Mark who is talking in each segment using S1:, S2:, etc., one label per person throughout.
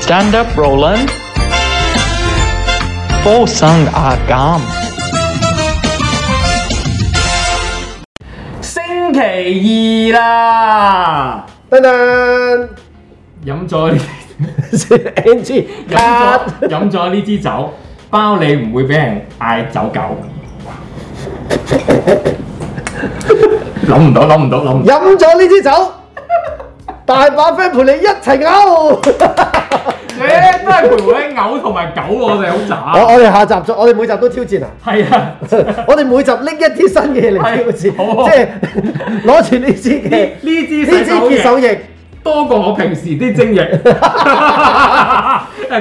S1: Stand up, Roland. Fo sung agam.
S2: 星期二啦，
S3: 噔 噔
S2: 飲咗呢
S3: ，NG
S2: 飲咗飲咗呢支酒，包你唔會俾人嗌走狗。諗唔到，諗唔到，諗唔到。
S3: 飲咗 呢支酒，大把 friend 陪你一 齊嘔。
S2: 你咧都係陪我喺嘔同埋狗喎，我哋
S3: 我
S2: 好
S3: 我哋下集再，我哋每集都 挑戰啊！
S2: 渣。係啊，
S3: 我哋每集拎一啲新嘢嚟挑
S2: 係
S3: 戰，
S2: 好啊
S3: 即係 攞住呢支
S2: 呢
S3: 嘅呢
S2: 呢支
S3: 支
S2: 洗
S3: 潔
S2: 手
S3: 手
S2: 液
S3: 液，
S2: 多過我平時啲 精液。誒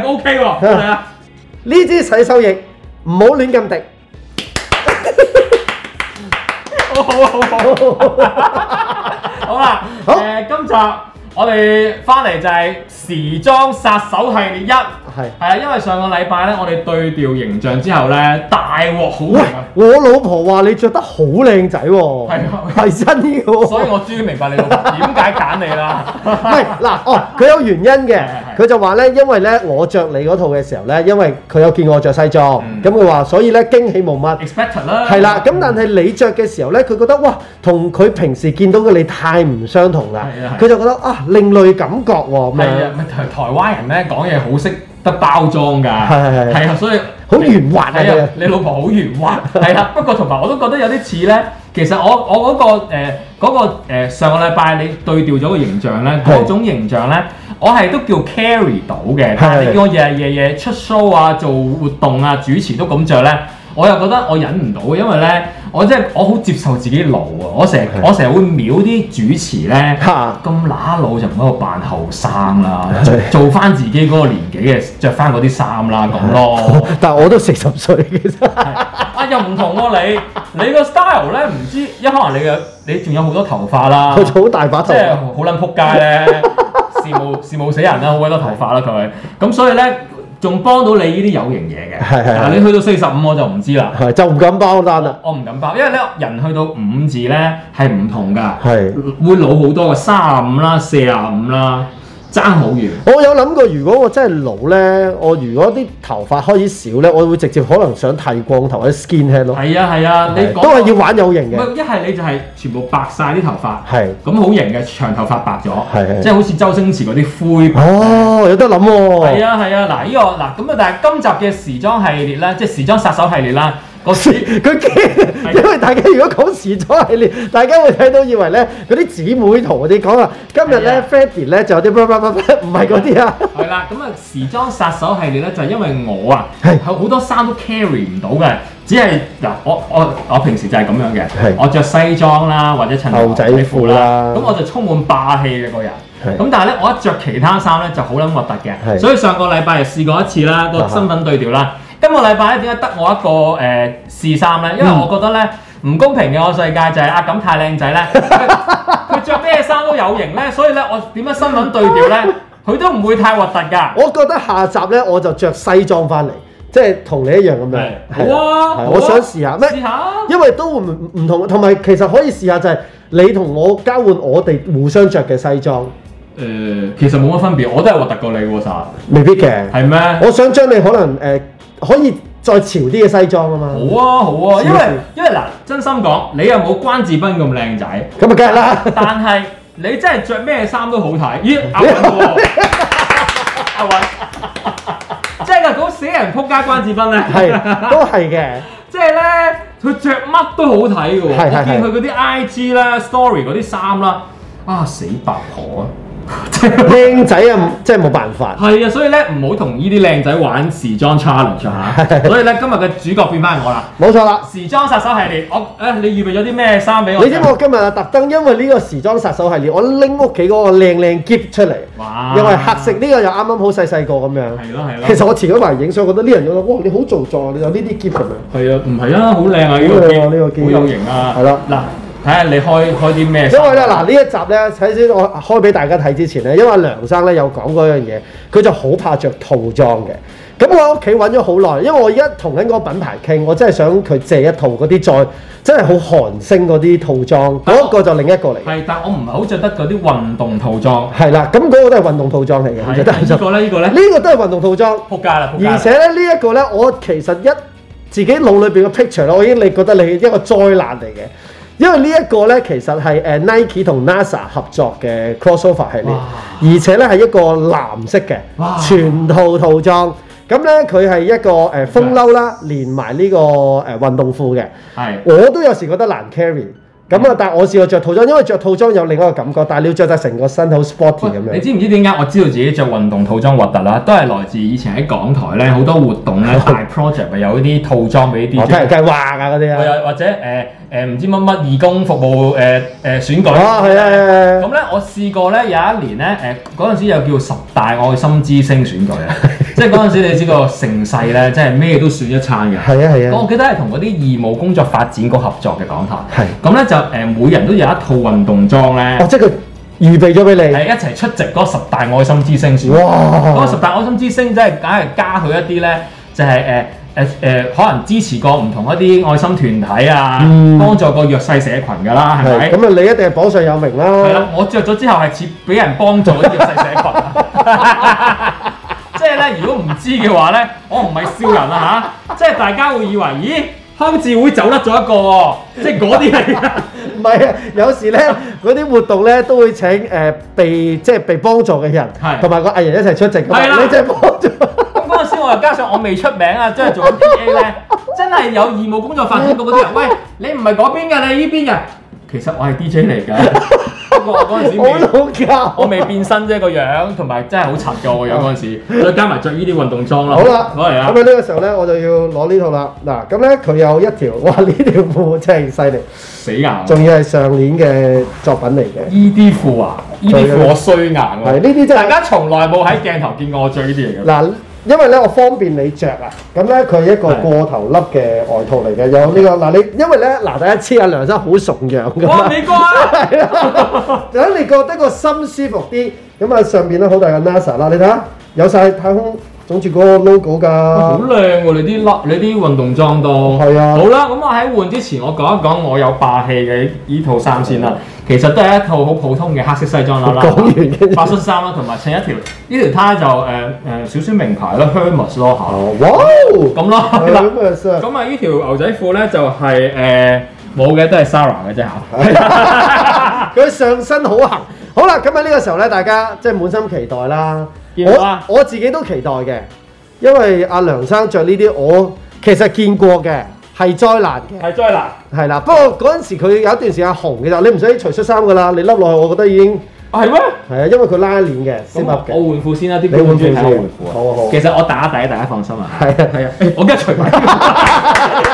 S2: OK 喎，係啊。
S3: 呢支洗手液唔好亂 咁滴。
S2: 好好好好，好啦，
S3: 好
S2: 誒，今集我哋翻嚟就係時裝殺手系列一，係啊，因為上個禮拜咧，我哋對調形象之後咧，大鑊好勁
S3: 喂
S2: 啊，，
S3: 我老婆話你着得好靚仔喎，
S2: 係啊
S3: 係真嘅喎。
S2: 所以我終於明白你老婆點解揀你啦，
S3: 唔係嗱，哦，佢有原因嘅
S2: 係係，
S3: 佢就話咧，因為咧我着你嗰套嘅時候咧，因為佢有見我着西裝
S2: 嗯，
S3: 咁佢話所以咧驚喜冇乜，
S2: expected 啦，
S3: 係啦，咁但係你着嘅時候咧，佢覺得哇，同佢平時見到嘅你太唔相同啦
S2: 係啊，係
S3: 佢就覺得啊另類感覺喎咁
S2: 係啊
S3: 樣，，
S2: 咪台台灣人咧講嘢好識得包裝㗎，
S3: 係係係
S2: 啊，所以
S3: 好圓滑啊
S2: 係
S3: 佢
S2: 啊
S3: 啊，
S2: 你老婆好圓滑， 係啦。不過同埋我都覺得有啲似咧，其實我我嗰、個誒嗰、個、呃、上個禮拜你對調咗個形象咧，
S3: 係
S2: 嗰種形象咧，我係都叫 carry 到嘅。但係你
S3: 係
S2: 叫我日日夜夜出 show 啊、做活動啊、主持都咁着咧。我又覺得我忍唔到嘅，因為咧，我真係我好接受自己老啊！我成日
S3: 係
S2: 我成日會秒啲主持咧，
S3: 嚇
S2: 咁乸老就唔喺度扮後生啦，做
S3: 係
S2: 做翻自己嗰個年紀嘅，着翻嗰啲衫啦咁 咯。
S3: 但係我都四十歲嘅啫，
S2: 啊，又唔同喎、你，你個 style 咧唔知，一可能你嘅你仲有好多頭髮啦，
S3: 佢
S2: 即
S3: 就好大把頭，
S2: 係好撚撲街咧，羨慕羨慕死人啦，好鬼多頭髮啦佢，咁所以咧仲幫到你呢啲有型嘢嘅，啊
S3: 係係係
S2: 但你去到四十五我就唔知啦。
S3: 係就唔敢包單啦，
S2: 我唔敢包，因為咧人去到五字咧係唔同㗎，
S3: 係。
S2: 會老好多嘅，三十五啦、四十五啦，爭好遠。
S3: 我有諗過，如果我真係老咧，我如果啲頭髮開始少咧，我會直接可能想剃光頭或者 skin head 咯，
S2: 係啊係啊，你
S3: 係
S2: 講
S3: 都係要玩有型
S2: 唔
S3: 嘅，
S2: 係一係你就係全部白晒啲頭髮，
S3: 係
S2: 咁好型嘅長頭髮白咗，
S3: 係係
S2: 即係好似周星馳嗰啲灰白。
S3: 哦，有得諗
S2: 係
S3: 喎，
S2: 啊係啊，嗱呢個嗱咁啊，但係今集嘅時裝系列啦，即係時裝殺手系列啦，個時
S3: 佢
S2: 啊
S3: 驚，因為大家如果講時裝系列，大家會睇到以為咧嗰啲姊妹圖嗰啲講啊，今日
S2: 係
S3: 咧
S2: 啊
S3: Freddy 咧就有啲乜乜乜乜，唔係嗰啲啊，
S2: 係啦，咁啊時裝殺手系列咧，就係因為我啊，
S3: 係
S2: 有好多衫都 carry 唔到嘅，只係嗱我我我平時就係咁樣嘅
S3: 係，
S2: 我着西裝啦，或者襯
S3: 牛仔褲啦
S2: 咁我就充滿霸氣嘅個人。
S3: 係
S2: 咁但係咧，我一着其他衫咧就好撚核突嘅，
S3: 係
S2: 所以上個禮拜又試過一次啦，個
S3: 啊哈
S2: 身份對調啦。今個禮拜咧點解得我一個誒、呃、試衫咧？因為我覺得咧唔公平嘅我世界就係阿錦太靚仔咧，佢 佢着咩衫都有型咧，所以咧我點樣身份對調 咧，佢都唔會太核突㗎。
S3: 我覺得下集咧我就着西裝翻嚟，即係同你一樣咁樣，
S2: 好
S3: 係
S2: 啊，
S3: 係我想試下咩
S2: 咩？？試下。
S3: 因為都會唔唔同，同埋其實可以試下就係你同我交換我哋互相着嘅西裝，
S2: 誒，其實冇乜分別，我都係核突過你喎，實
S3: 未必嘅。
S2: 係咩？
S3: 我想將你可能誒、呃可以再潮啲嘅西裝啊嘛，
S2: 好啊，好啊，
S3: 試一試
S2: 因為因為嗱，真心講，你又冇關智斌咁靚仔，
S3: 咁啊梗係啦，
S2: 但係你真係着咩衫都好睇。 咦，阿韻喎，阿韻，即係嗰死人撲街關智斌咧，
S3: 係都係嘅，
S2: 即係咧，佢着乜都好睇嘅喎。
S3: 係係
S2: 我見佢嗰啲 I G 啦、story 嗰啲衫啦，啊死八婆啊！ 即係
S3: 靚仔啊真係冇辦法，
S2: 係啊，所以咧唔好同呢啲靚仔玩時裝 challenge 啊 嚇。所以咧今日嘅主角變翻我啦，
S3: 冇錯啦。
S2: 時裝殺手系列，我誒、你預備咗啲咩衫俾我？
S3: 你知唔知我今日啊特登因為呢個時裝殺手系列，我拎屋企嗰個靚靚夾出嚟，
S2: 哇
S3: 因為黑色呢個又啱啱好細細個咁樣。
S2: 係咯係咯。
S3: 其實我前嗰排影相，覺得呢樣嘢哇你好做作，啊你有呢啲夾咁樣。
S2: 係啊，唔係啊，好靚啊呢個
S3: 好
S2: 機，
S3: 靚啊呢個機
S2: 好有型啊。
S3: 係啦
S2: 嗱，睇下你開開啲咩
S3: 因
S2: 衫？
S3: 為咧嗱呢一集咧睇先，我開俾大家睇之前咧，因為梁生咧有講嗰樣嘢，佢就好怕着套裝嘅。咁我喺屋企揾咗好耐，因為我而家同緊嗰個品牌傾，我真係想佢借一套嗰啲再真係好韓星嗰啲套裝，嗰一個就另一個嚟嘅。
S2: 係，但我唔係好着得嗰啲運動套裝。
S3: 係啦，咁嗰個都係運動套裝嚟嘅，其實
S2: 係，
S3: 都
S2: 呢個
S3: 係
S2: 咧，呢個咧，
S3: 呢個都係運動套裝，
S2: 仆街啦，仆街啦
S3: 而且咧呢一個咧，我其實一自己腦裏邊嘅 picture 咧，我已經你覺得你係一個災難嚟嘅，因為呢一個咧其實係誒 Nike 同 NASA 合作嘅 crossover 系列，
S2: 哇
S3: 而且咧係一個藍色嘅
S2: 哇
S3: 全套套裝。咁咧佢係一個誒風褸啦，連埋呢個誒運動褲嘅。
S2: 係。
S3: 我都有時覺得難 carry。咁
S2: 嗯
S3: 啊，但係我試過着套裝，因為着套裝有另一個感覺，但係你要着晒成個身好 sporty 咁
S2: 喂，你
S3: 樣。
S2: 知唔知點解我知道自己着運動套裝核突啦？都係來自以前喺港台咧好多活動 咧大 project 咪有啲套裝俾啲
S3: 我
S2: DJ
S3: 聽人計劃啊嗰啲
S2: 或
S3: 啊，
S2: 又或者誒誒唔知乜乜義工服務誒誒、選舉。
S3: 哦係啊係啊係啊
S2: 咁咧，我試過咧有一年咧誒嗰陣時又叫十大愛心之星選舉 啊，即係嗰陣時你知個盛世咧，真係咩都選一餐嘅。
S3: 係啊係
S2: 我
S3: 啊，
S2: 記得係同嗰啲義務工作發展局合作嘅港台。
S3: 係
S2: 咁咧就誒、每人都有一套運動裝
S3: 哦
S2: 咧，
S3: 即係佢預備咗俾
S2: 係一齊出席嗰十大愛心之星選
S3: 你，
S2: 舉。嗰
S3: 哇
S2: 十！大愛心之星真係梗係加佢一啲咧，就係誒誒誒，可能支持過唔同一啲愛心團體啊，
S3: 嗯
S2: 幫助過弱勢社群㗎啦，係咪
S3: 係？咁啊，你一定係榜上有名
S2: 係啦
S3: 啦，，
S2: 我着咗之後係似俾人幫助啲弱勢社群啊。 即係咧，如果唔知嘅話咧，我唔係笑人啊吓，即係大家會以為，咦，康智會走甩咗一個喎，即係嗰啲嚟㗎。
S3: 唔係啊， 有時咧嗰啲活動咧都會請誒被即係被幫助嘅人
S2: 係，
S3: 同埋個藝人一齊出席㗎嘛，
S2: 係啦
S3: 你即係幫助，
S2: 咁嗰陣時我又加上我未出名啊，即係做緊 PA 咧，真係有義務工作發展局嗰啲 人，喂，你唔係嗰邊㗎，你呢邊㗎。其實我係 DJ 嚟 㗎， 不過我嗰陣時
S3: 好
S2: 未，
S3: 老教。
S2: 我未變身啫個樣，同埋真係好柒㗎我個樣嗰陣時， 再加埋着呢啲運動裝啦。
S3: 好啦，
S2: 攞嚟
S3: 咁啊
S2: 啊！
S3: 呢個時候咧，我就要攞呢套啦。嗱，咁咧佢有一條， 哇！呢條褲真係犀利，
S2: 死硬！呢
S3: 仲要係上年嘅作品嚟嘅。
S2: 啲褲啊，呢啲褲我衰硬喎。
S3: 係呢啲真係
S2: 大家從來冇喺鏡頭見過我着呢啲嘢㗎。
S3: 嗱，因為咧我方便你着啊，咁咧佢係一個
S2: 係
S3: 過頭笠嘅外套嚟嘅，有呢、個嗱你，因為咧嗱大家知阿梁生好崇洋噶
S2: 哇！
S3: 嘛，
S2: 美國啊，
S3: 係啦， 等你覺得個心舒服啲，咁啊上邊咧好大嘅 NASA 啦，你睇下有晒太空總署嗰個 logo
S2: 好
S3: 㗎，
S2: 靚喎！你啲笠，你啲運動裝都
S3: 係啊
S2: 好啦，咁我喺換之前，我講一講我有霸氣嘅依套衫先啦。其實都係一套好普通嘅黑色西裝啦啦，
S3: 講完嘅
S2: 白恤衫啦，同埋襯一條呢條呔就誒誒少少名牌啦，Hermes 咯
S3: 哦，哇
S2: 嚇，咁咯係啦。
S3: 哦，
S2: 咁啊，呢條牛仔褲咧就係誒冇嘅，都係 Sarah 嘅啫嚇。
S3: 咁佢上身好行。好啦，咁喺呢個時候咧，大家即係滿心期待啦。
S2: 見到
S3: 我
S2: 啊
S3: 我自己都期待嘅，因為阿梁生着呢啲我其實見過嘅，係災難嘅。
S2: 係 Joy 啦，
S3: 係啦，不過嗰陣時佢有一段時間紅嘅就，你唔使除恤衫噶啦，你笠落去，我覺得已經
S2: 哦係咩？
S3: 係啊，因為佢拉鏈嘅，先
S2: 咁啊
S3: 笠
S2: 我
S3: 嘅，
S2: 換褲先啦，啲
S3: 你換褲
S2: 觀眾睇我
S3: 先
S2: 換褲啊。
S3: 好啊好啊
S2: 其實我打底，大家放心啊。
S3: 係啊
S2: 係啊，我今日 除埋。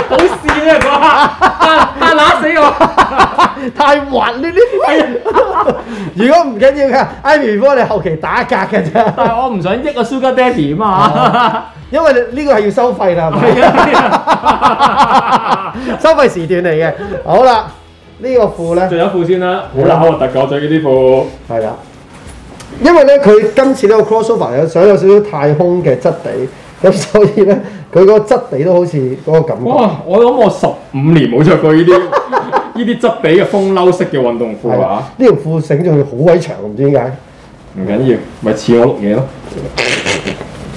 S2: 好笑啊！嗰下啊啊揦死我！
S3: 太滑呢
S2: 啊
S3: 啲。 如果唔緊要㗎，Ivy 幫你後期打格嘅
S2: 但
S3: 啫，
S2: 係我唔想益個 Sugar Daddy 啊嘛。
S3: 因為呢個係要收費啦，係咪
S2: 係啊，
S3: 收費時段嚟嘅。好啦，呢、個褲咧。
S2: 仲有褲先啦，好啊乸核突我着呢啲褲。
S3: 係
S2: 啊
S3: 啦，因為咧佢今次呢個 crossover 有想有少少太空嘅質地， 咁所以咧佢嗰個質地都好似嗰個感覺。
S2: 哇！我諗我十五年冇着過呢啲呢啲質地嘅風褸式嘅運動褲
S3: 係
S2: 啊
S3: 啦，，呢條褲繩仲要好鬼長，唔知點解。
S2: 唔緊要，咪似我碌嘢咯。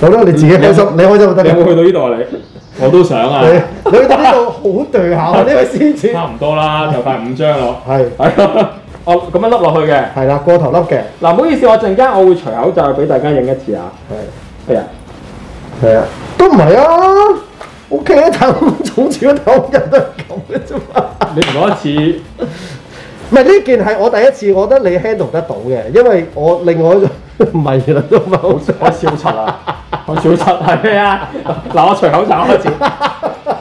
S3: 好啦，你自己開心，你開心就得
S2: 你有冇
S3: 㗎。
S2: 去到呢度啊？你我都想啊。
S3: 你你去到呢度好對下 喎，呢位先至
S2: 差唔多啦，就快五張咯。
S3: 係
S2: 係啊，我咁樣笠落去嘅。
S3: 係啦，過頭笠嘅
S2: 嗱，唔好意思，我陣間我會除口罩俾大家影一次啊。
S3: 係
S2: 係啊，
S3: 係啊，都唔係啊。O K 啊，太空總署嗰太空人都係咁嘅啫嘛。
S2: 你唔攞一次，
S3: 唔係呢件係我第一次，我覺得你 handle 得到嘅，因為我另外一個 唔係啦，都唔係好 想。
S2: 我笑出啊！我笑出係咩啊？嗱，我除口罩開始，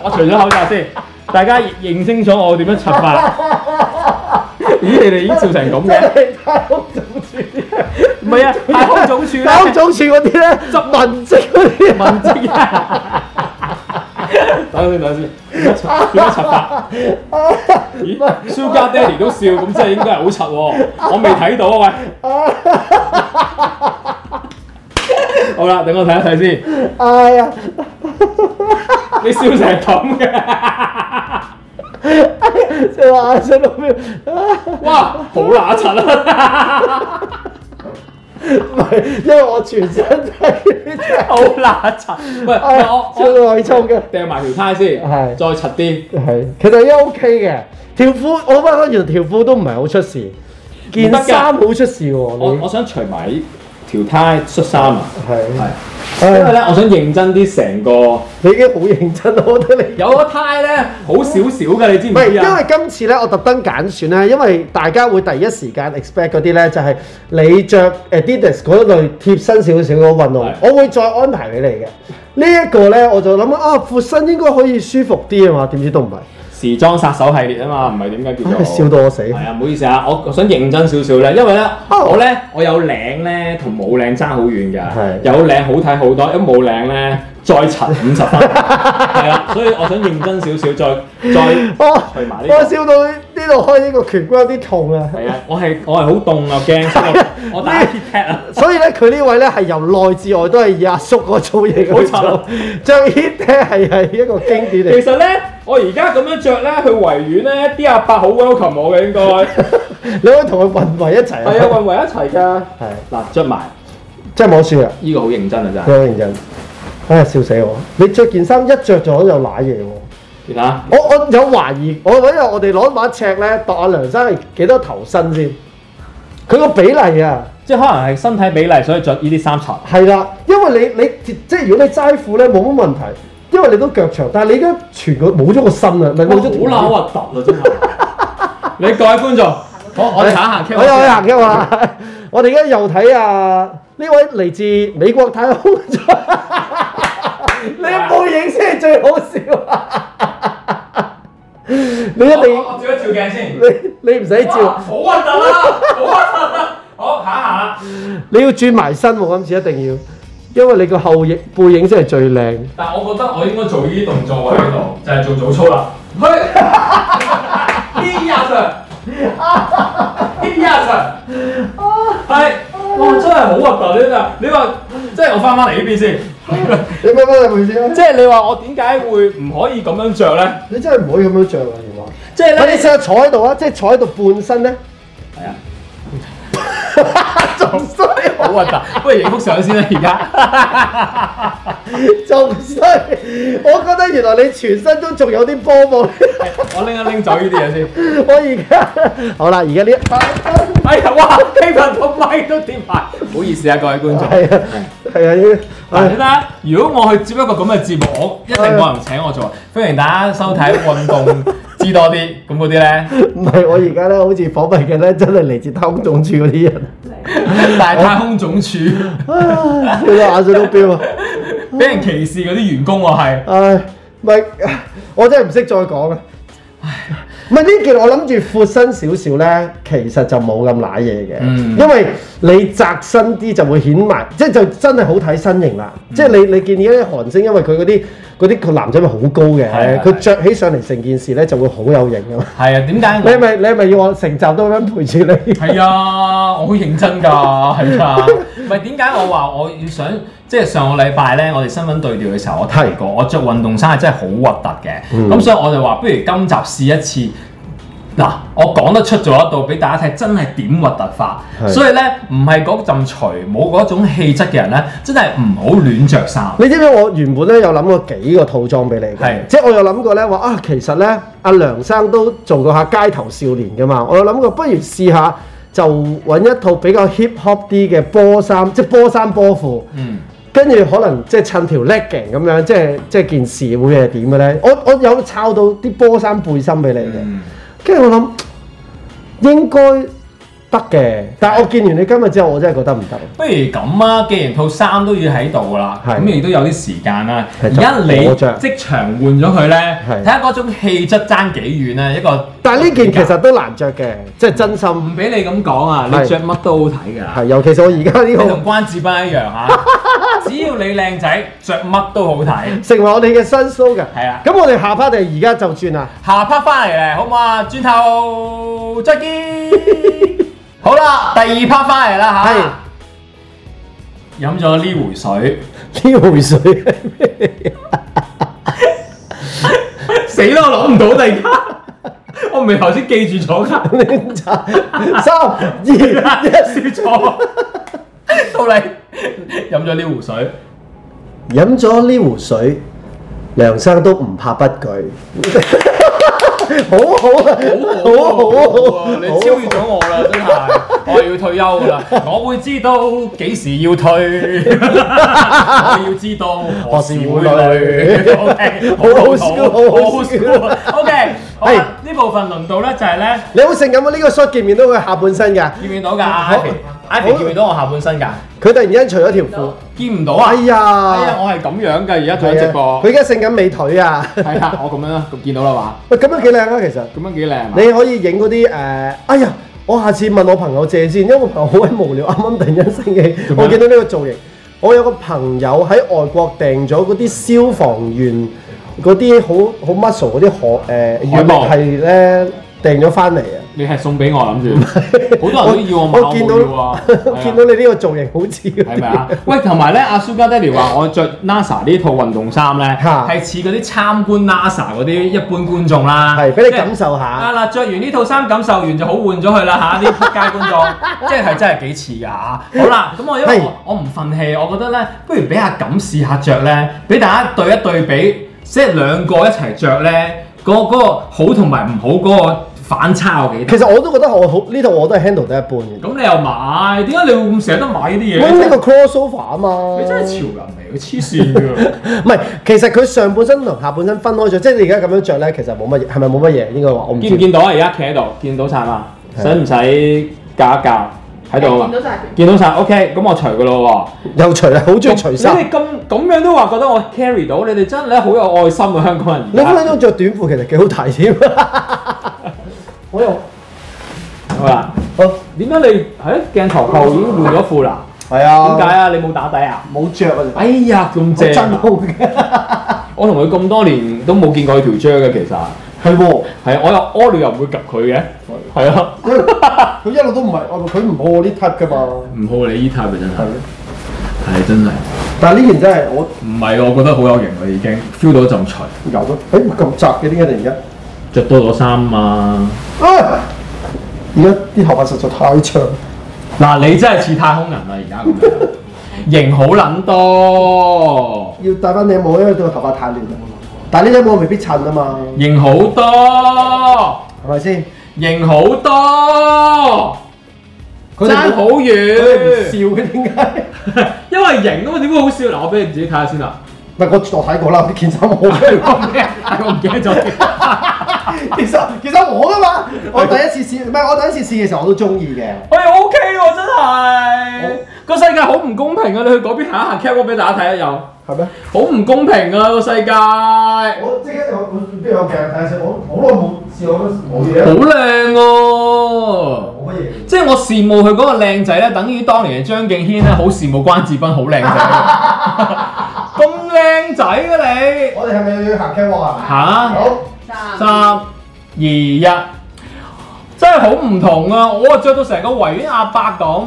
S2: 我除咗口罩先，大家認清楚我點樣出法。咦，你哋已經笑成咁嘅？
S3: 真係太空總署啲
S2: 唔係啊，太空總署咧，
S3: 太空總署嗰啲咧，
S2: 執
S3: 文職嗰啲啊
S2: 文職啊！等先，等先，點樣出點樣出法？咦，Sugar Daddy 都笑，咁即係應該係好柒喎！我未睇到啊，喂，我啦，等我睇一睇先。
S3: 哎呀，
S2: 你笑成咁嘅，
S3: 即係話想到咩？啊
S2: 哇，好乸柒 啊！
S3: 唔係，因為我全身睇呢 隻，
S2: 好乸柒，喂，唔
S3: 哎
S2: 係
S3: 呀
S2: 我
S3: 超
S2: 我
S3: 內衝嘅。
S2: 掟埋條呔先，
S3: 係
S2: 再柒啲。
S3: 係，其實都 OK 嘅。條褲我發覺原來條褲都唔係好出事，件
S2: 唔得㗎
S3: 衫好出事喎。
S2: 我
S3: 你
S2: 我想除埋條呔恤衫啊，係
S3: 係，，
S2: 因為
S3: 唉
S2: 咧我想認真啲成個。
S3: 你已經好認真啦，我覺得你。
S2: 有個胎咧好少少嘅，你知
S3: 唔
S2: 唔
S3: 係，
S2: 知
S3: 因
S2: 啊
S3: 為？今次咧，我特登揀選咧，因為大家會第一時間 expect 嗰啲咧，就係你着 Adidas 嗰類貼身少少嗰個運動
S2: 係，
S3: 我會再安排俾你嘅。呢一個咧，我就諗啊，闊身應該可以舒服啲啊嘛，點知都唔係，
S2: 時裝殺手系列啊嘛，唔係點解叫
S3: 唉
S2: 做？
S3: 笑到我死。
S2: 係啊，唔好意思啊，我我想認真少少咧，因為咧我咧我有領咧同冇領爭好遠㗎
S3: 係，
S2: 有領好睇好多，一冇領咧再塵五十分，係啦，所以我想認真少少，再再
S3: 哦
S2: 除埋呢，個
S3: 我笑到呢度開呢個拳骨有啲痛啊！
S2: 係啊，我係我係好凍啊，驚所以我我打 hit pad 啊，
S3: 所以咧，佢呢位咧係由內至外都係以阿叔個造型去
S2: 好慘
S3: 做
S2: 啊，
S3: 着 hit 咧係係一個經典
S2: 其
S3: 嚟。
S2: 實咧我而家咁樣着咧去維園咧啲阿伯好 welcome 我嘅應該，係
S3: 你可以同佢混埋一齊
S2: 啊混為一齊㗎，
S3: 係
S2: 嗱着埋。
S3: 真係冇笑啊！
S2: 呢個好認真啊！真
S3: 好
S2: 係，
S3: 認真，唉哎笑死我！你着件衫一着咗就揦嘢喎。
S2: 你睇下，
S3: 我我有懷疑，我因為我哋攞把尺咧度阿梁生係幾多頭身先，佢個比例啊，
S2: 即係可能係身體比例，所以着呢啲衫襯。
S3: 係啦，因為你你即係如果你齋褲咧冇乜問題，因為你都腳長，但係你而家全個冇咗個身啊，咪冇咗條
S2: 好撚核突啊！ 真係。你各位觀眾，我我哋行行
S3: 我有去行嘅嘛。啊 我哋而家又睇啊呢位嚟自美國太空 嘅你冇影先係最好笑啊！ 你一定
S2: 我照一照鏡先。
S3: 你你唔使
S2: 哇
S3: 照，
S2: 好核突啊！好核突啊！好行一行啦，
S3: 你要轉埋身喎，今次一定要，因為你個後影背影先係最靚。
S2: 但係我覺得我應該做呢啲動作喎喺度，就係做早操啦。去，啲呀 Sir，啲呀 Sir，係，哇真係好核突呢個，你話即係我翻返嚟呢邊先。
S3: 你乜乜回事啊？
S2: 即係你話我點解會唔可以咁樣着咧？
S3: 你真係唔可以咁樣着啊！原來。
S2: 即係
S3: 喂，你
S2: 咧
S3: 試，下坐喺度啊，即係坐喺度半身咧，
S2: 係啊，
S3: 仲衰
S2: 好核突。不如影幅相先啦，而家。
S3: 仲衰。我覺得原來你全身都仲有啲波波。
S2: 我拎一拎走呢啲嘢先。
S3: 我而家好啦，而家呢一
S2: 哎呀，哇！Kevin 個咪都跌埋，唔好意思啊，各位觀眾。
S3: 係啊係
S2: 嗱，
S3: 啊，
S2: 你睇
S3: 係
S2: 下，如果我去接一個咁嘅節目，我一定冇人請我做。歡迎大家收睇運動知多啲，咁嗰啲咧，
S3: 唔係我而家咧，好似訪問嘅咧，真係嚟自太空總署嗰啲人，
S2: 但係太空總 署
S3: 唉笑到眼水都飆啊！
S2: 俾人歧視嗰啲員工喎，係。
S3: 唉，咪我真係唔識再講啊！唔係呢件，我諗住闊身少少咧，其實就冇咁揦嘢嘅，
S2: 嗯
S3: 因為你窄身啲就會顯埋，即係就真係好睇身形啦。
S2: 嗯
S3: 即係你你見而家啲韓星，因為佢嗰啲嗰啲個男仔咪好高
S2: 係
S3: 嘅
S2: 係，
S3: 佢着起上嚟成件事咧就會好有型啊嘛。
S2: 係啊，點解
S3: 你係
S2: 我？
S3: 咪你係咪要我成集都咁樣陪住你？
S2: 係啊，我好認真㗎，係啊。唔係點解我話我要想，即係上個禮拜咧，我哋新聞對調嘅時候，我提過，我着運動衫係真係好核突嘅。咁、所以我就話，不如今集試一次。嗱，我講得出做得到，俾大家睇，真係點核突法。
S3: 係
S2: 所以咧，唔係嗰陣除冇嗰種氣質嘅人咧，真係唔好亂着衫。
S3: 你知唔知我原本咧有諗過幾個套裝俾你
S2: 係
S3: 嘅，即係我有諗過咧話啊，其實咧阿梁生都做過下街頭少年噶嘛，我有諗過不如試下就揾一套比較 hip hop 啲嘅波衫，即係波衫波褲，
S2: 嗯，
S3: 跟住可能即係襯條 legging 咁樣，即係即係件事會係點嘅咧？我我有抄到啲波衫背心俾你嘅，
S2: 嗯
S3: 跟住我諗應該得嘅，但係我見完你今日之後，我真係覺得唔得。
S2: 不如咁啊，既然套衫都要喺度噶啦，
S3: 係
S2: 咁亦都有啲時間啦。
S3: 係
S2: 而家你
S3: 我着
S2: 即場換咗佢咧，
S3: 係
S2: 睇下嗰種氣質爭幾遠咧。一個
S3: 但係呢件其實都難着嘅，即係真心。
S2: 唔俾你咁講啊，
S3: 係
S2: 你着乜都好睇㗎。
S3: 係，尤其是我而家呢
S2: 你
S3: 個
S2: 同關智斌一樣嚇， 只要你靚仔，着乜都好睇。
S3: 成為我哋嘅新 slogan。
S2: 係啊
S3: 咁我哋下 part 定而家就轉啊啦。
S2: 下 part 翻嚟咧，好唔好啊？轉頭再 見。好啦，第二 part 翻嚟啦嚇。
S3: 係
S2: 飲咗呢回水，
S3: 呢回水係咩嚟
S2: 死啦！我諗唔到突然間，我唔係頭先記住咗㗎，
S3: 拎茶 三二一，
S2: 笑咗。到你飲咗呢壺水，
S3: 飲咗呢壺水，梁生都唔怕不舉。好好啊，
S2: 好好
S3: 好好
S2: 啊！你超越咗我啦，真係，我要退休㗎啦，我會知道幾時要退，我要知道何時會累。OK，
S3: 好好笑好好笑
S2: OK，好
S3: 係
S2: 啦，呢部分輪到咧就係咧。
S3: 你好性感啊！呢個 shot 見唔見到佢下半身㗎？
S2: 見唔見到㗎？Ivy，Ivy 見唔見到我下半身㗎？
S3: 佢突然間除咗條褲，
S2: 見唔到啊！
S3: 哎呀，
S2: 哎呀，我係咁樣㗎，而家做緊
S3: 係啊
S2: 直播
S3: 佢。而家性感美腿啊！
S2: 係啊，我咁樣啦，咁見到啦嘛，
S3: 喂，咁樣幾靚啊，其實。
S2: 咁樣幾靚啊！
S3: 你可以影嗰啲誒，哎呀！我下次問我朋友借先，因為我朋友好鬼無聊，啱啱突然間醒起，
S2: 做咩
S3: 我見到呢個造型。我有個朋友喺外國訂咗嗰啲消防員嗰啲好好 muscle 嗰啲海誒
S2: 海
S3: 羽
S2: 報
S3: 毛係咧訂咗翻嚟啊！
S2: 你係送俾我諗 住，好多人都要我買，
S3: 見到
S2: 我 冇要啊，係
S3: 我
S2: 啊
S3: 見到你呢個造型好似嗰啲
S2: 係咪啊？喂，同埋咧，阿 Sugar Daddy 話我着 NASA 呢套運動衫咧，
S3: 嚇
S2: 係似嗰啲參觀 NASA 嗰啲一般觀眾啦，
S3: 係俾你
S2: 即係
S3: 感受下
S2: 啊嗱，着完呢套衫感受完就好換咗佢啦嚇，呢 啲街觀眾，即係係真係幾似㗎嚇。好啦，咁我因為
S3: 係
S2: 我我唔憤氣，我覺得咧，不如俾阿錦試下着咧，俾大家對一對比，即係兩個一齊着咧，嗰嗰個好同埋唔好嗰個反差有幾大
S3: 其？實我都覺得我好呢套我都係 handle 得一般嘅。
S2: 咁你又買？點解你會咁捨得買呢啲嘢？
S3: 咁呢個 crossover 啊嘛，
S2: 你真係潮人嚟，嘅，黐線㗎！
S3: 唔係，其實佢上半身同下半身分開咗，即係你而家咁樣着咧，其實冇乜嘢，係咪冇乜嘢？應該話我唔知。
S2: 見唔見到啊？而家企喺度，見到晒嘛？
S3: 係
S2: 使唔使教一教？喺度啊嘛
S4: 見到晒
S2: 見到晒。OK，咁我除噶咯
S3: 又除啦，好
S2: 喎。
S3: 中意除
S2: 你
S3: 衫。
S2: 哋咁咁樣都話覺得我 carry 到，你哋真係好有愛心啊！香港人而
S3: 你分分
S2: 家。
S3: 鐘着短褲其實幾好睇添。我又
S2: 啊好啦，
S3: 好
S2: 點解你喺鏡頭後已經換咗褲啦？
S3: 係
S2: 點
S3: 啊
S2: 解啊？你冇打底啊？
S3: 冇着啊？
S2: 哎呀，咁
S3: 我真
S2: 正啊！
S3: 好啊 嘅，
S2: 我同佢咁多年都冇見過佢條 j 嘅，其實
S3: 係喎。
S2: 係啊我又屙尿又唔會及佢嘅，係啊，
S3: 佢一路都唔係，我佢唔好我呢 type 噶嘛。
S2: 唔好你依 type 啊真
S3: 係
S2: 係，係真係。
S3: 但係呢件真係我
S2: 唔係，我覺得好有型啦，已經 feel 到一陣除，
S3: 由咗，誒咁窄嘅點解突然間？
S2: 着多咗衫啊！
S3: 啊！而家啲頭髮實在太長，
S2: 嗱，你真係似太空人啦，而家咁 樣，型好撚多，
S3: 要戴翻頂帽，因為對個頭髮太亂啦。但係呢頂帽未必襯啊嘛，
S2: 型好多，
S3: 係咪先？
S2: 型好多，
S3: 佢
S2: 爭
S3: 哋
S2: 好
S3: 冇
S2: 遠，
S3: 佢哋唔笑嘅點解？
S2: 因為型啊嘛，點會好笑？嗱，我俾你自己睇下先啦。
S3: 唔係我我睇過啦，啲件衫我
S2: 我唔記得 我唔記得咗。
S3: 其實其實我噶嘛，我第一次試，唔係我第一次試嘅時候我都中意嘅。
S2: 喂，OK 喎，真係個世界好唔公平啊！你去嗰邊行一行 cap 我俾大家睇下啊又。
S3: 係咩？
S2: 好唔公平啊！個世界好
S3: 我即刻我我邊有鏡睇先，我好耐冇試過冇嘢，
S2: 靚喎，
S3: 冇乜嘢。
S2: 即係我羨慕佢嗰個靚仔咧，等於當年嘅張敬軒咧，好羨慕關智斌好 靚仔，咁靚仔嘅你
S3: 我哋係咪要行 c a 啊？
S2: 嚇，
S3: 好，
S4: 三
S2: 三二一，真係好唔同啊！我啊着到成個維園阿伯咁，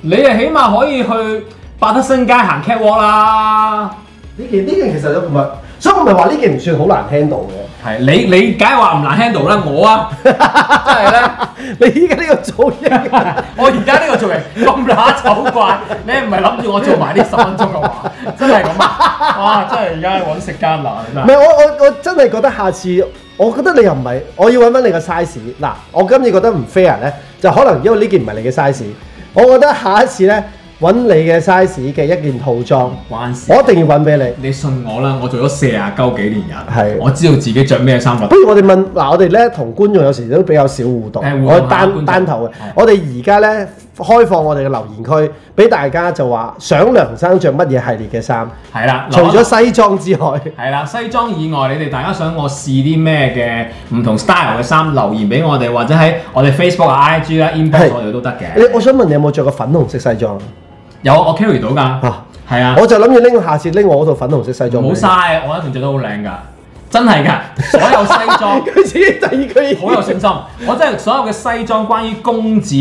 S2: 你啊起碼可以去百德新街行 catwalk 啦。
S3: 呢件呢件其實都唔係，所以我咪話呢件唔算好難 handle 嘅。
S2: 係你你梗係話唔難 handle 啦，我啊 真係咧。
S3: 你依家呢個造型，啊
S2: 我而家呢個造型咁乸醜怪，你唔係諗住我做埋呢十分鐘嘅話，真係咁啊！哇，真係而家揾食艱難啊真
S3: 唔
S2: 係
S3: 係我我我真係覺得下次，我覺得你又唔係，我要揾翻你個 size。嗱，我今次覺得唔 fair 咧，就可能因為呢件唔係你嘅 size。我覺得下一次咧揾你嘅 size 嘅一件套裝，
S2: 關
S3: 我
S2: 事。
S3: 一定要揾俾你。
S2: 你信我啦，我做咗四啊鳩幾年人，
S3: 係
S2: 我知道自己着咩衫啦
S3: 不。如我哋問嗱，我哋咧同觀眾有時都比較少互動，
S2: 誒互動
S3: 我
S2: 下觀眾哦
S3: 單單頭嘅
S2: 係。
S3: 我哋而家咧開放我哋嘅留言區，俾大家就話想梁生着乜嘢系列嘅衫，
S2: 係啦，
S3: 除咗西裝之外，
S2: 係啦，西裝以外，你哋大家想我試啲咩嘅唔同 style 嘅衫，留言俾我哋，或者喺我哋 Facebook 啊、IG 啦、
S3: 係
S2: inbox 我哋都得
S3: 你
S2: 嘅。
S3: 我想問你有冇着過粉紅色西裝
S2: 有我 carry 到㗎，
S3: 啊？
S2: 係啊，
S3: 我就諗住拎下次拎我嗰套粉紅色西裝
S2: 唔好
S3: 俾你。
S2: 嘥，我一定着得好靚㗎。真係㗎，所有西裝。
S3: 佢自己第二句
S2: 好有信心。 我真係所有嘅西裝，關於公子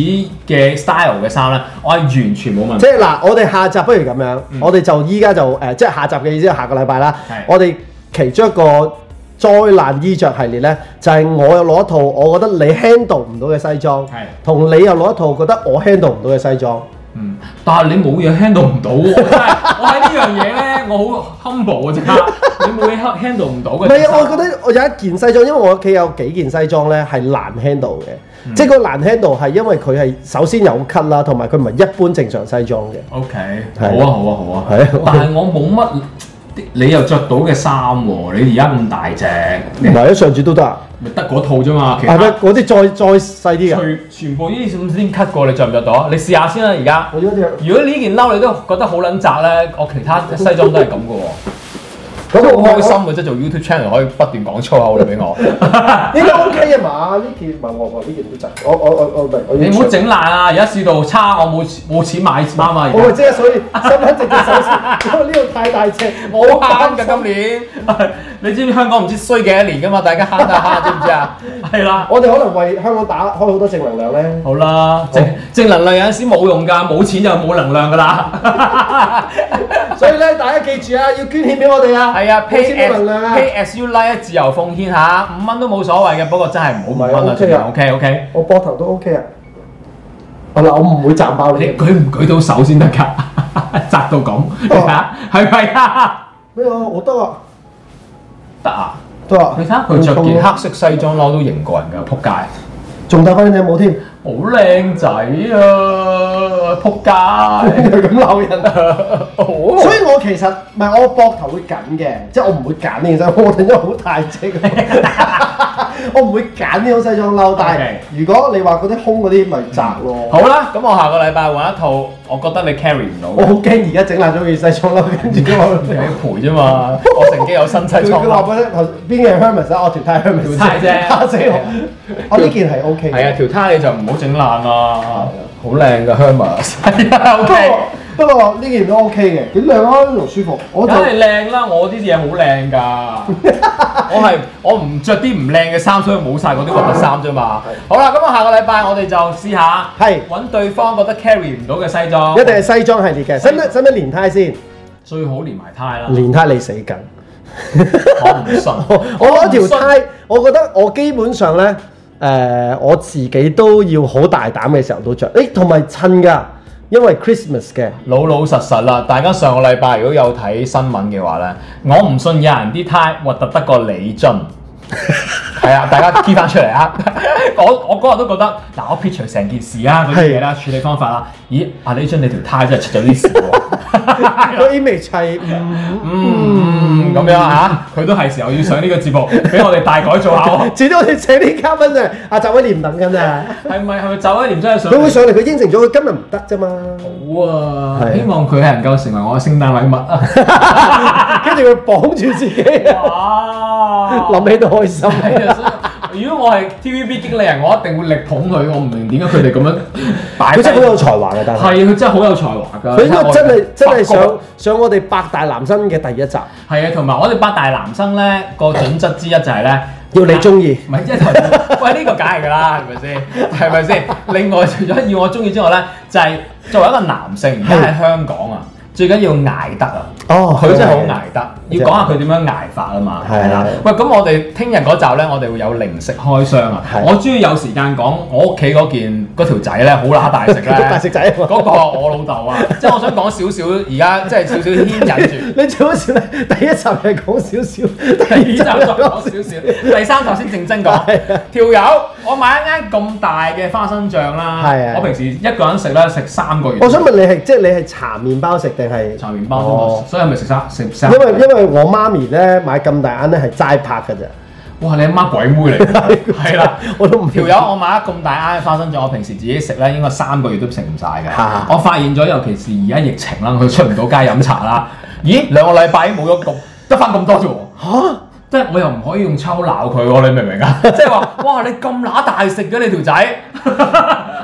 S2: 嘅 style 嘅衫咧，我係完全冇問
S3: 即
S2: 題。
S3: 係嗱，我哋下集不如咁樣，我哋就依家就誒、即係下集嘅意思係下個禮拜啦
S2: 嗯係。
S3: 我哋其中一個災難衣着系列咧，就係、我又攞一套我覺得你 handle 唔到嘅西裝
S2: 係，
S3: 同你又攞一套覺得我 handle 唔到嘅西裝。
S2: 嗯，但係你冇嘢 handle 唔到 喎，真係我喺呢樣嘢咧，我好 humble 啊！真係，你冇嘢 handle 唔到
S3: 唔
S2: 嘅。
S3: 係啊，我覺得我有一件西裝，因為我屋企有幾件西裝咧係難 handle 嘅，
S2: 嗯
S3: 即係個難 handle 係因為佢係首先有 cut 啦，同埋佢唔係一般正常西裝嘅。
S2: OK，好
S3: 係
S2: 啊，好啊，好啊。
S3: 係啊
S2: 但係我冇乜，你又着到嘅衫喎，你而家咁大隻，
S3: 唔係啊，上次都得啊，
S2: 咪得嗰套啫嘛，其
S3: 係咪
S2: 他
S3: 嗰啲再再細啲嘅？
S2: 全全部呢啲咁先 cut 過，你着唔着到啊？你試下先啦，而家。
S3: 我嗰只
S2: 如果呢件褸你都覺得好撚窄咧，我其他西裝都係咁嘅喎，
S3: 嗰個
S2: 都好開心嘅啫。做 YouTube channel 可以不斷講粗口你俾 我，
S3: 應該 OK 啊嘛？呢件唔係我喎，呢件都值。我我我我唔係，我
S2: 你
S3: 要
S2: 唔好
S3: 除。
S2: 整爛啊！而家市道差，我冇冇錢買衫啊！
S3: 我咪
S2: 而家
S3: 即係所以伸一隻隻手 先，因為呢度太大隻，
S2: 冇慳㗎今年， 你知唔知香港唔知衰幾多年㗎嘛？大家 慳下慳，知唔知啊？係啦，
S3: 我哋可能為香港打開好多正能量咧。
S2: 好啦，正正能量有陣時冇用㗎，冇錢就冇能量㗎啦。
S3: 所以咧，大家記住啊，要捐獻俾我哋啊。
S2: 係 啊
S3: 冇
S2: ，pay
S3: 錢冇
S2: as
S3: 能量啊。
S2: pay as you like 自由奉獻下，五蚊都冇所謂嘅。不過真係唔好五
S3: 唔係
S2: 蚊啦，
S3: OK 啊
S2: OK OK。
S3: 我膊頭都 OK 啊。係啦，我唔會賺爆你
S2: 你
S3: 嘅。
S2: 舉唔舉到手先得㗎？ 扎到咁，你睇下係咪啊？
S3: 咩啊？我得啊，
S2: 得啊！
S3: 得啊。
S2: 你睇下佢着件黑色西裝褸都型過人㗎，仆街！
S3: 仲戴翻頂帽添，
S2: 好靚仔啊！仆街！
S3: 又咁鬧人啊！
S2: 哦
S3: 所以我其實唔係我膊頭會緊嘅，即係我唔會揀呢件西裝，我真咗好大隻嘅， 我唔會揀呢種西裝褸。但係
S2: OK
S3: 如果你話嗰啲胸嗰啲，咪窄咯。
S2: 好啦，咁我下個禮拜揾一套，我覺得你 carry 唔
S3: 我
S2: 到
S3: 好驚而家整爛咗件西裝褸， 跟住
S2: 嘅，你
S3: 我
S2: 陪啫嘛。我乘機有新西
S3: 佢佢話
S2: 裝，
S3: 俾你頭邊件 Hermes 啊，我條呔 Hermes
S2: 條呔 啫
S3: 嚇死我！我呢件係 OK
S2: 啊係啊，
S3: 嘅，
S2: 條呔你就唔好整爛啦，啊好靚㗎 Hermes，係啊，好
S3: 不
S2: 靚
S3: 過。不過呢件都 OK 嘅，幾靚啊，同舒服。我就
S2: 梗係靚啦，我啲嘢好靚 㗎。我係我唔着啲唔靚嘅衫，所以冇晒嗰啲核突衫啫嘛。好啦，咁啊我下個禮拜我哋就試下，
S3: 係
S2: 揾對方覺得 carry 唔到嘅西裝，
S3: 一定係西裝系列嘅，使唔使使唔使連呔先？
S2: 最好連埋呔啦。
S3: 連呔你死緊。
S2: 我唔信，
S3: 我我攞條
S2: 唔信
S3: 呔，我覺得我基本上咧，誒、我自己都要好大膽嘅時候都着，誒同埋襯㗎，因為 Christmas 嘅，
S2: 老老實實啦。大家上個禮拜如果有睇新聞嘅話咧，我唔信有人啲呔核突得過李俊。係啊，大 家 key 翻出嚟啊！ 我我嗰日都覺得，嗱，我 picture 成件事啊，嗰啲嘢啦，處理方法啦，咦，阿李俊你條呔真係出咗啲事喎。
S3: 個 image 係唔
S2: 嗯，咁樣嚇，佢都係時候要上呢個節目，俾我哋大改造下喎。
S3: 至到我哋請啲嘉賓啊，阿習威廉等 緊啊，
S2: 係咪係咪走一年真係上嚟？
S3: 佢會上嚟，佢應承咗，佢今日唔得啫 嘛，
S2: 好啊！
S3: 係
S2: 希望佢係能夠成為我嘅聖誕禮物 啊！
S3: 跟住佢綁住自己，諗
S2: 哇！
S3: 起都 開心。
S2: 係啊，所以如果我係 TVB 經理人，我一定會力捧佢。我唔明點解佢哋咁樣擺
S3: 佢
S2: 低。
S3: 真係好有才華嘅，但係
S2: 係啊佢真係好有才華㗎。
S3: 佢應該真係真係
S2: 發
S3: 上
S2: 覺啊
S3: 上我哋百大男生嘅第一集，
S2: 係啊，同埋我哋八大男生咧個準則之一就係咧。
S3: 要你中意。
S2: 唔係一頭，喂呢、個梗係㗎啦，係咪先？係咪先？另外除咗要我中意之外咧，就係、作為一個男性，而家喺香港啊，最緊要捱得啊！
S3: 哦
S2: 佢真係好
S3: 係
S2: 捱得，要講下佢點樣捱法啊嘛，
S3: 係
S2: 係啦
S3: 係。
S2: 喂，咁我哋聽日嗰集咧，我哋會有零食開箱啊
S3: 係！
S2: 我終於有時間講我屋企嗰件嗰條仔咧，好乸大食 咧，
S3: 大食仔啊嘛
S2: 嗰個我老豆啊，即係我想講少少，而家即係少少牽引住。
S3: 你最好笑咧，第一集係講少少，第
S2: 第
S3: 二
S2: 二集
S3: 集就
S2: 再講
S3: 講
S2: 少
S3: 少少。
S2: 少，第三集先正真講
S3: 係啊。
S2: 條友，我買一間咁大嘅花生醬啦
S3: 係啊，
S2: 我平時一個人食咧食三個月。
S3: 我想問你係即係你係搽麵包食定係
S2: 茶麵包啫嘛
S3: 哦，
S2: 所以係咪食三食三？
S3: 因為因為我媽咪咧買咁大眼咧係齋拍㗎咋，
S2: 哇，你阿媽鬼妹嚟 㗎，係啦。
S3: 我都唔
S2: 條友，我買咗咁大啱嘅花生醬，我平時自己食咧，應該三個月都食唔晒嘅
S3: 嚇。
S2: 我發現咗，尤其是而家疫情啦，佢出唔到街飲茶啦。咦，兩個禮拜已經冇咗咁，得翻咁多啫喎。
S3: 嚇
S2: 即係我又唔可以用抽鬧佢喎，你明唔明啊？即係話，哇！你咁乸大食嘅你條仔，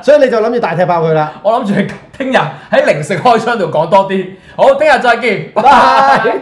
S3: 所以你就諗住大踢爆佢啦。
S2: 我諗住聽日喺零食開箱度講多啲。好，聽日再見，拜拜。
S3: 拜。